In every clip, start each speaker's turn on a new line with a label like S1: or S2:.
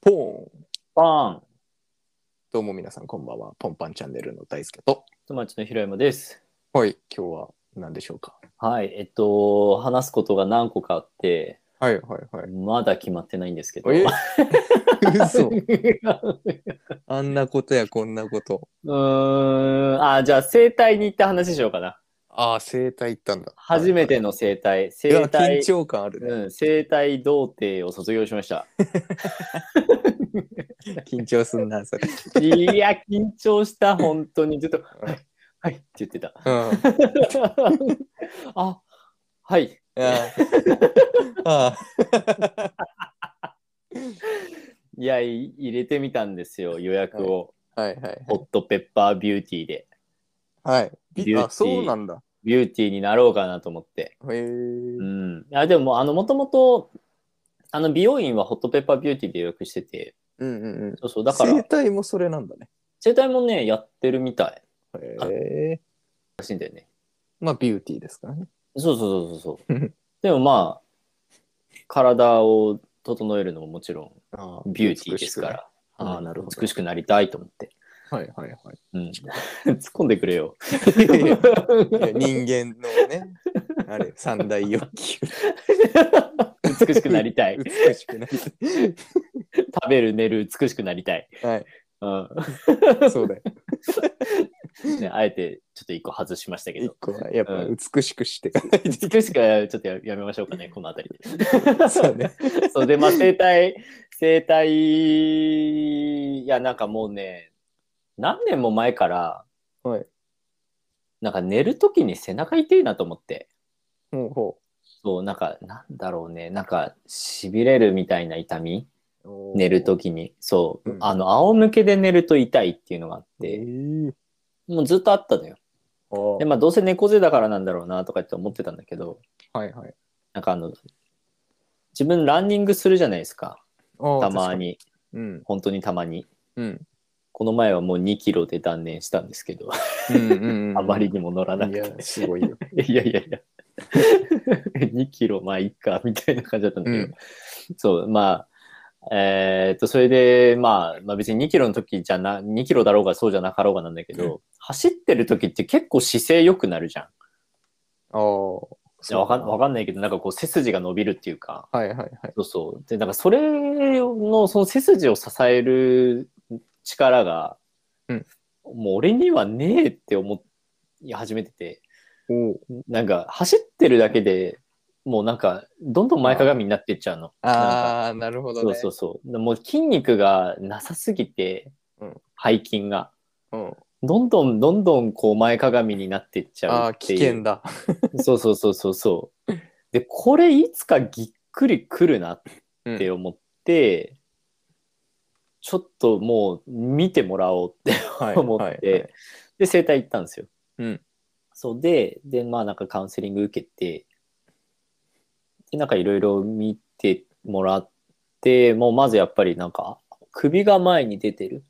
S1: ポーン
S2: バーン
S1: どうも皆さんこんばんは。ポンパンチャンネルの大輔と。
S2: 友達のひろやまです。
S1: はい、今日は何でしょうか。
S2: はい、えっと、話すことが何個かあって、
S1: はいはいはい。
S2: まだ決まってないんですけど。
S1: え 嘘
S2: うー
S1: あんなことやこんなこと。
S2: ん、あ、じゃあ、生体に行った話しようかな。
S1: ああ、整体行ったんだ。
S2: 初めての生体、
S1: はいはい。
S2: 生
S1: いや、緊
S2: 体、
S1: 張感あるね。
S2: うん、生体童貞を卒業しました。
S1: 緊張すんな、それ。
S2: いや、緊 張した、本当に。ずっと、
S1: うん
S2: はい、はいって言ってた。
S1: うん。
S2: あ、はい。
S1: ああ。 あ
S2: いや、い入れてみたんですよ、予約を。
S1: あはいはい
S2: ホットペッパービューティーで、
S1: はい。
S2: ビュー
S1: はい。
S2: ティー
S1: あ、そうなんだ。
S2: ビューティーになろうかなと思って。
S1: へえ。
S2: うん。あでも、あの、もともと、あの、美容院はホットペッパービューティーで予約してて、
S1: うんうんうん。
S2: そうそう、だから
S1: 整、体もそれなんだね。
S2: 生体もね、やってるみたい
S1: へえ。
S2: らしいんだよね。
S1: まあ、ビューティーですからね。
S2: そうそうそうそうそう。でもまあ、体を整えるのももちろ
S1: ああ
S2: ん、ビューティーですから。
S1: 美しくね
S2: あ
S1: あ
S2: あ
S1: あなるほど
S2: 美しくなりたいと思って。
S1: はいはいはい。
S2: うん。突っ込んでくれよ。
S1: いや人間のね、あれ、三大欲求。
S2: 美しくなりたい。
S1: 美しくなり
S2: 食べる、寝る、美しくなりたい。
S1: たい。
S2: うん。
S1: はい、そうだよ。
S2: ね、あえてちょっと一個外しましたけ
S1: 一
S2: ど。
S1: 個は、やっぱ
S2: うん
S1: 美しくして。
S2: 美しくはちょっとややめましょう かね、この辺り
S1: そう ね。
S2: で。そうで、まあ、生態、生態、いや、なんかもうね、何年も前から、
S1: はい。
S2: なんか寝るときに背中痛いなと思って、
S1: ほうほ
S2: そう、なんか、なんだろうね、なんか、痺れるみたいな痛み、
S1: う。
S2: 寝るときに、そう、
S1: うん
S2: あの、仰向けで寝ると痛いっていうのがあっ
S1: え
S2: て、
S1: ー
S2: もうずっとあったのよ。
S1: あー
S2: で、まあ、どうせ猫背だからなんだろうなとかって思ってたんだけど、
S1: はいはい。
S2: なんかあの、自分ランニングするじゃないですか。
S1: ああ
S2: たま。に。
S1: 確かにうん。
S2: 本当にたまに。
S1: うん。
S2: この前はもう2キロで断念したんですけど、
S1: うんうんうん。
S2: あまりにも乗らなく
S1: い
S2: て。
S1: や、すごいよ。
S2: いやいやいや。2キロ、まあいいか、みたいな感じだったんだけど。
S1: うん
S2: そう、まあ、えーっと、それで、まあ、まあ別に2キロの時じゃな、2キロだろうがそうじゃなかろうがなんだけど、走ってる時って結構姿勢良くなるじゃん。い
S1: ああ。そう
S2: やわかんわかんないけど、なんかこう背筋が伸びるっていうか。
S1: はいはいはい。
S2: そうそう。で、なんかそれの、その背筋を支える力が、
S1: うん
S2: もう俺にはねえって思い始めてて、
S1: おう
S2: なんか走ってるだけでもうなんか、どんどん前かがみになってっちゃうの。
S1: ああ、なるほど
S2: そう
S1: ね。
S2: そうそう。もう筋肉がなさすぎて、
S1: うん
S2: 背筋が。
S1: うん。
S2: どんどんどんどんこう前かがみになってっち
S1: あ
S2: ゃう
S1: あ、
S2: って
S1: 危
S2: い
S1: 険
S2: う。
S1: だ。
S2: そうそうそうそうそう。で、これいつかぎっくりくるな
S1: うん
S2: って思って、ちょっともう見てもらおうって
S1: はい
S2: 思って、
S1: はいはい
S2: で整体行ったんですよ。
S1: うん
S2: そうででまあなんかカウンセリング受けてでなんかいろいろ見てもらってもうまずやっぱりなんか首が前に出てる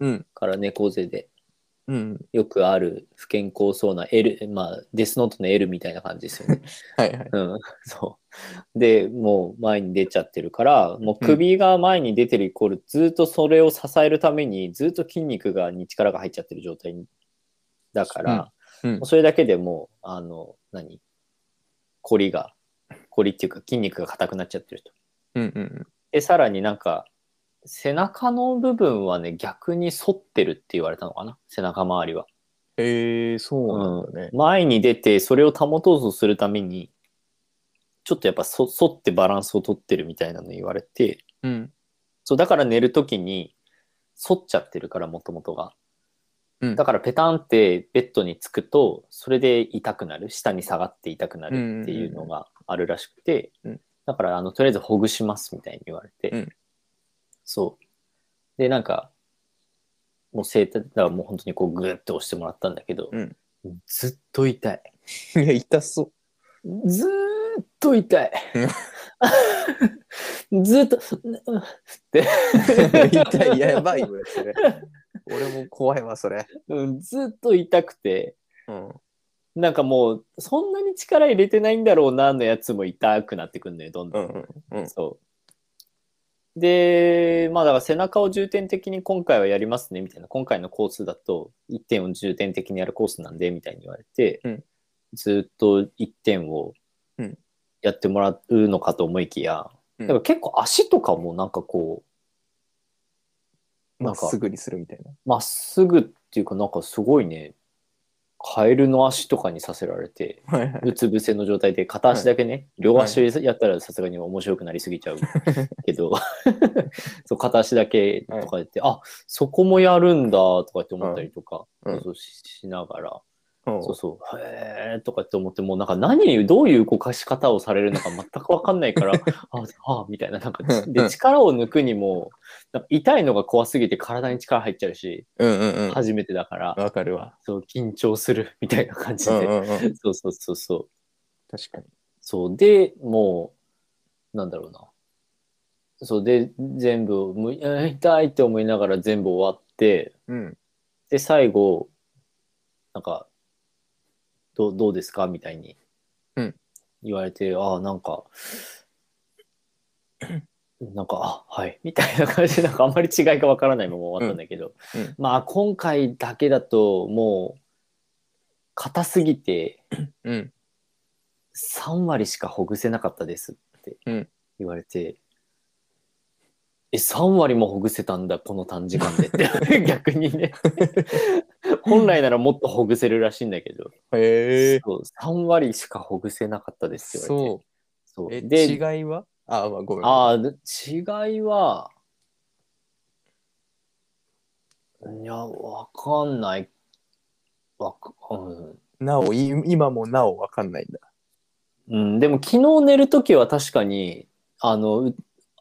S1: うん。
S2: から猫背で
S1: うん。
S2: よくある不健康そうな L まあデスノートの L みたいな感じですよね。
S1: はいはい。
S2: うん、そう。で、もう前に出ちゃってるから、もう首が前に出てるイコール、ずっとそれを支えるために、ずっと筋肉がに力が入っちゃってる状態だから、
S1: うんうん
S2: もうそれだけでもう、あの、何凝りが、凝りっていうか筋肉が硬くなっちゃってると。
S1: うんうん
S2: で、さらになんか、背中の部分はね、逆に反ってるって言われたのかな背中周りは。
S1: うん。へえ、そうなんだね。
S2: 前に出てそれを保とうとするためにちょっとやっぱそ反ってバランスを取ってるみたいなの言われて
S1: うん。
S2: そうだから寝る時に反っちゃってるからもともとが
S1: うん
S2: だからペタンってベッドにつくとそれで痛くなる下に下がって痛くなるっていうのがあるらしくて、
S1: うん
S2: だからあのとりあえずほぐしますみたいに言われて、
S1: うん
S2: そうでなんかもう整体だからもう本当にこうグーッと押してもらったんだけど、
S1: うん
S2: ずっと痛い
S1: いや、痛そ
S2: ずーっと痛い。ずーっと、うって、
S1: う。 痛い、やばいわ、それ。俺も怖いわ、それ。
S2: うんずーっと痛くて、
S1: うん。
S2: なんかもう、そんなに力入れてないんだろうな、のやつも痛くなってくんのよ、どん
S1: う
S2: どん。
S1: んうんうん。
S2: そう。で、まあだから背中を重点的に今回はやりますねみたいな、今回のコースだと1点を重点的にやるコースなんでみたいに言われて、
S1: うん
S2: ずっと1点を
S1: うん
S2: やってもらうのかと思いきや、
S1: うん
S2: だから結構足とかもなんかこう、
S1: ま
S2: な
S1: っ
S2: んか
S1: すぐにするみたいな。
S2: まっすぐっていうかなんかすごいね、カエルの足とかにさせられて、
S1: はいはいう
S2: つ伏せの状態で片足だけね、両足やったらさすがに面白くなりすぎち ゃうけど、 そう片足だけとか言って、あそこもやるんだとかって思ったりとか、
S1: うんうん
S2: そうそうししながら、
S1: うん
S2: そうそう、へーとかって思って、もうなんか何、どういう動かし方をされるのか全くわかんな いから、ああ、みたいな、なんか
S1: う、んう
S2: で、
S1: ん
S2: 力を抜くにも、なんか痛いのが怖すぎて体に力入っちゃうし、
S1: うんうん
S2: 初めてだから、
S1: うん。わかるわ。
S2: そう緊張するみたいな感じ
S1: う
S2: で、
S1: んうんうん。確
S2: そうそうそうそう。
S1: かに。
S2: そうでもうなんだろうなそうで全部む うん痛いって思いながら全部終わって
S1: うん。
S2: で最後なんかどうどうですかみたいに
S1: うん
S2: 言われて、ああなんか なんかあはいみたいな感じでなんかあんまり違いがわからないまま終わったんだけど、
S1: うんうん
S2: まあ今回だけだともう硬すぎて
S1: うん。
S2: 3割しかほぐせなかったですって
S1: うん
S2: 言われて、え3割もほぐせたんだこの短時間でって 逆にね本来ならもっとほぐせるらしいんだけど、
S1: へえ。
S2: そう3割しかほぐせなかったですって言われて
S1: そう。
S2: そう
S1: え、
S2: で
S1: 違いはあ、まあ、ごめん。
S2: ああ、で違いは、いや、わかんない。わか、うん。
S1: なお、い今もなおわかんないんだ。
S2: うん、でも昨日寝るときは確かに、あの、う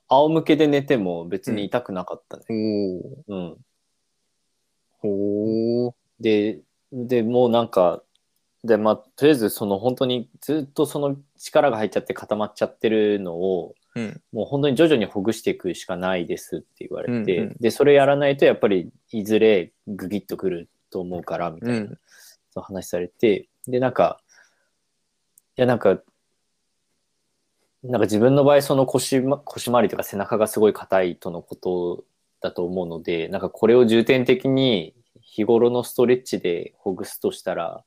S2: 仰向けで寝ても別に痛くなかったね。
S1: お
S2: うん。
S1: お。ほ
S2: で、でもうなんか、で、まあ、とりあえずその本当にずっとその力が入っちゃって固まっちゃってるのを、
S1: う。うん。
S2: もう本当に徐々にほぐしていくしかないですって言われて、
S1: うんうん
S2: でそれやらないとやっぱりいずれグギッとくると思うからみたいな、
S1: うん
S2: そう話されてでなんかいやなんかなんか自分の場合その腰ま腰回りとか背中がすごい硬いとのことだと思うのでなんかこれを重点的に日頃のストレッチでほぐすとしたら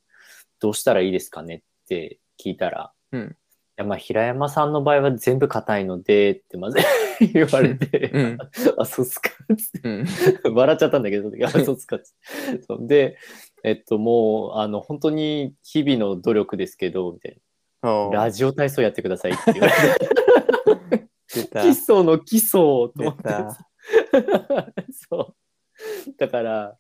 S2: どうしたらいいですかねって聞いたら、
S1: うん
S2: いやまあ平山さんの場合は全部硬いのでってまず 言われて、
S1: うん。
S2: あそうっすかっつっ
S1: うん。
S2: て笑っちゃったんだけどその時あそうっすかっつってそうでえっともうあの本当に日々の努力ですけどみたいな
S1: ああ
S2: ラジオ体操やってくださいって 言われて
S1: 出た。
S2: 基礎の基礎と思
S1: 出
S2: って
S1: た。
S2: そう。だから、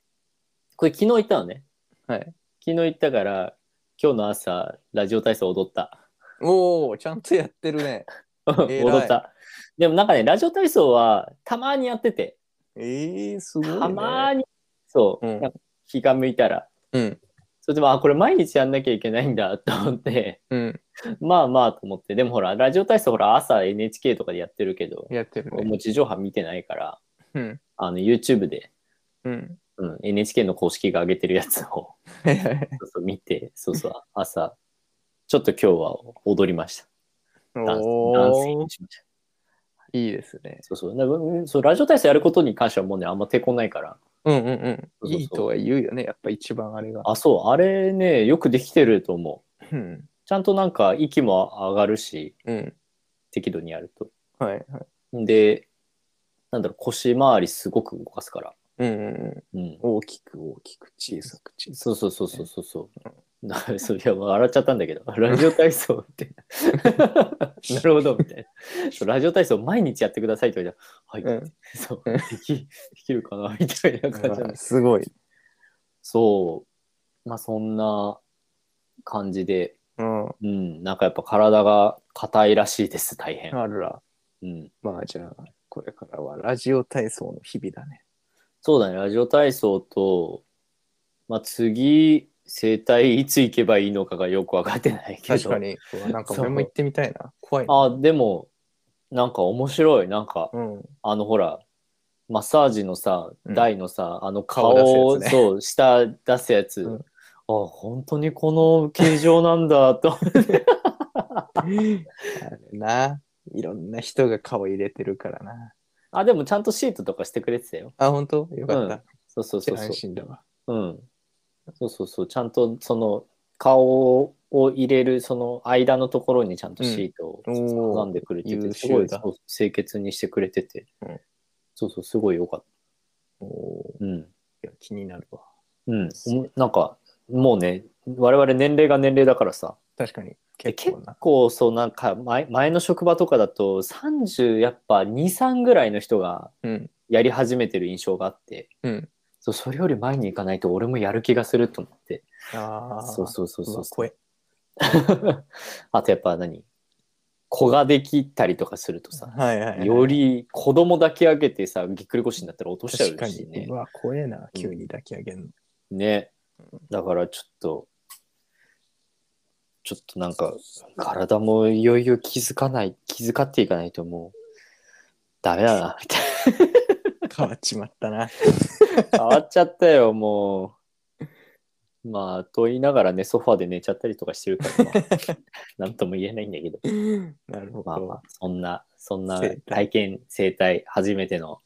S2: これ昨日行ったのね。
S1: はい
S2: 昨日行ったから、今日の朝、ラジオ体操踊った。
S1: おお、ちゃんとやってるね。偉い
S2: 踊った。でもなんかね、ラジオ体操はたまにやってて、
S1: ええー、すごい、ね。
S2: たまに、そう、
S1: うん
S2: なんか気が向いたら。
S1: うん。
S2: それでも、あ、これ毎日やんなきゃいけないんだと思って、
S1: うん。
S2: まあまあと思って、でもほら、ラジオ体操ほら、朝 NHK とかでやってるけど、
S1: やってるね。
S2: もう地上波見てないから、
S1: うん。
S2: あの YouTube で、
S1: うん。
S2: うん、NHK の公式が上げてるやつを。
S1: はいはいはい
S2: そうそう見て、そうそう、朝、ちょっと今日は踊りました。ダンスダンス
S1: おお、
S2: しました。
S1: いいですね。
S2: そうそうだからうんそう、ラジオ体操やることに関してはもうね、あんま抵抗ないから。
S1: うんうん。
S2: そううんそう
S1: いいとは言うよね、やっぱ一番あれが。
S2: あ、そう、あれね、よくできてると思う。
S1: うん。
S2: ちゃんとなんか息も上がるし、
S1: うん。
S2: 適度にやると。
S1: はいはい。
S2: で、なんだろう、腰回りすごく動かすから。
S1: うんうんうん。
S2: うん。
S1: 大きく大きく、小さく小さ
S2: そうそうそうそうそうそう。だからそりゃ笑っちゃったんだけど、 ラジオ体操って。 なるほど、みたいな。そうラジオ体操毎日やってくださいって言われたら、はい、
S1: うん
S2: そう
S1: うん
S2: でき、できるかな、みたいな感じ
S1: く。
S2: な
S1: う
S2: んで
S1: わ
S2: す。
S1: すごい。
S2: そう。まあそんな感じで、
S1: うん。
S2: うん、なんかやっぱ体が硬いらしいです、大変。
S1: あら。
S2: うん。
S1: まあじゃあ、これからはラジオ体操の日々だね。
S2: そうだね、ラジオ体操と、まあ次、整体いつ行けばいいのかがよくわかってないけど。
S1: 確かに。うわなんか
S2: そう
S1: 俺も行ってみたいな。怖いな。
S2: あ、でも、なんか面白い。なんか、
S1: うん。
S2: あの、ほら、マッサージのさ、
S1: うん
S2: 台のさ、あの顔
S1: 顔出すや
S2: を、
S1: つね
S2: そう、下出すやつ。
S1: うん
S2: あ、本当にこの形状なんだ、と。
S1: あれな。いろんな人が顔入れてるからな。
S2: あ、でもちゃんとシートとかしてくれてたよ。
S1: あ、本当よかった。
S2: そうそう
S1: じゃ
S2: そう
S1: あ
S2: そう
S1: 安。心だわ。
S2: うん。そうそうそう。ちゃんとその顔を入れるその間のところにちゃんとシート
S1: うんおー
S2: を挟んでくれてて、
S1: 優
S2: すご
S1: 秀
S2: い
S1: だ
S2: そう清潔にしてくれてて、
S1: うん
S2: そうそう、すごい良かっ
S1: おお
S2: た。うん。
S1: ー、いや気になるわ。
S2: うん。おもなんか、もうね、我々年齢が年齢だからさ、
S1: 確かに。
S2: で
S1: 結
S2: 結
S1: 構な。
S2: 構そうなんか前前の職場とかだと30やっぱ23ぐらいの人が
S1: うん。
S2: やり始めてる印象があって
S1: うん。
S2: そうそれより前に行かないと俺もやる気がすると思って
S1: ああ。
S2: そうそうそうそう
S1: わ声。
S2: あとやっぱ何子ができたりとかするとさ、
S1: はいはいはい。
S2: より子供抱き上げてさぎっくり腰になったら落としちゃ
S1: 確か
S2: うし
S1: に。
S2: ね
S1: うわ、怖えな。急に抱き上げるの。
S2: ねだからちょっとちょっとなんか体もいよいよ気づかない気遣っていかないともうダメだなみたい
S1: 変わっちまったな。
S2: な変わっちゃったよもうまあと言いながらねソファーで寝ちゃったりとかしてるから、まあ、 なんとも言えないんだけど
S1: なるほ
S2: まあまあ
S1: ど。
S2: そんなそんな
S1: 生態
S2: 体験生態初めての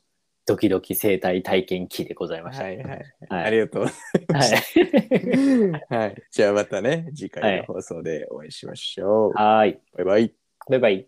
S2: ドキドキ生態体験記でございました、
S1: はいはい。
S2: はい
S1: ありが とう。
S2: はい、
S1: はい。じゃあまたね、次回の放送でお会いしましょう。
S2: はい
S1: バイバイ。
S2: バイバイ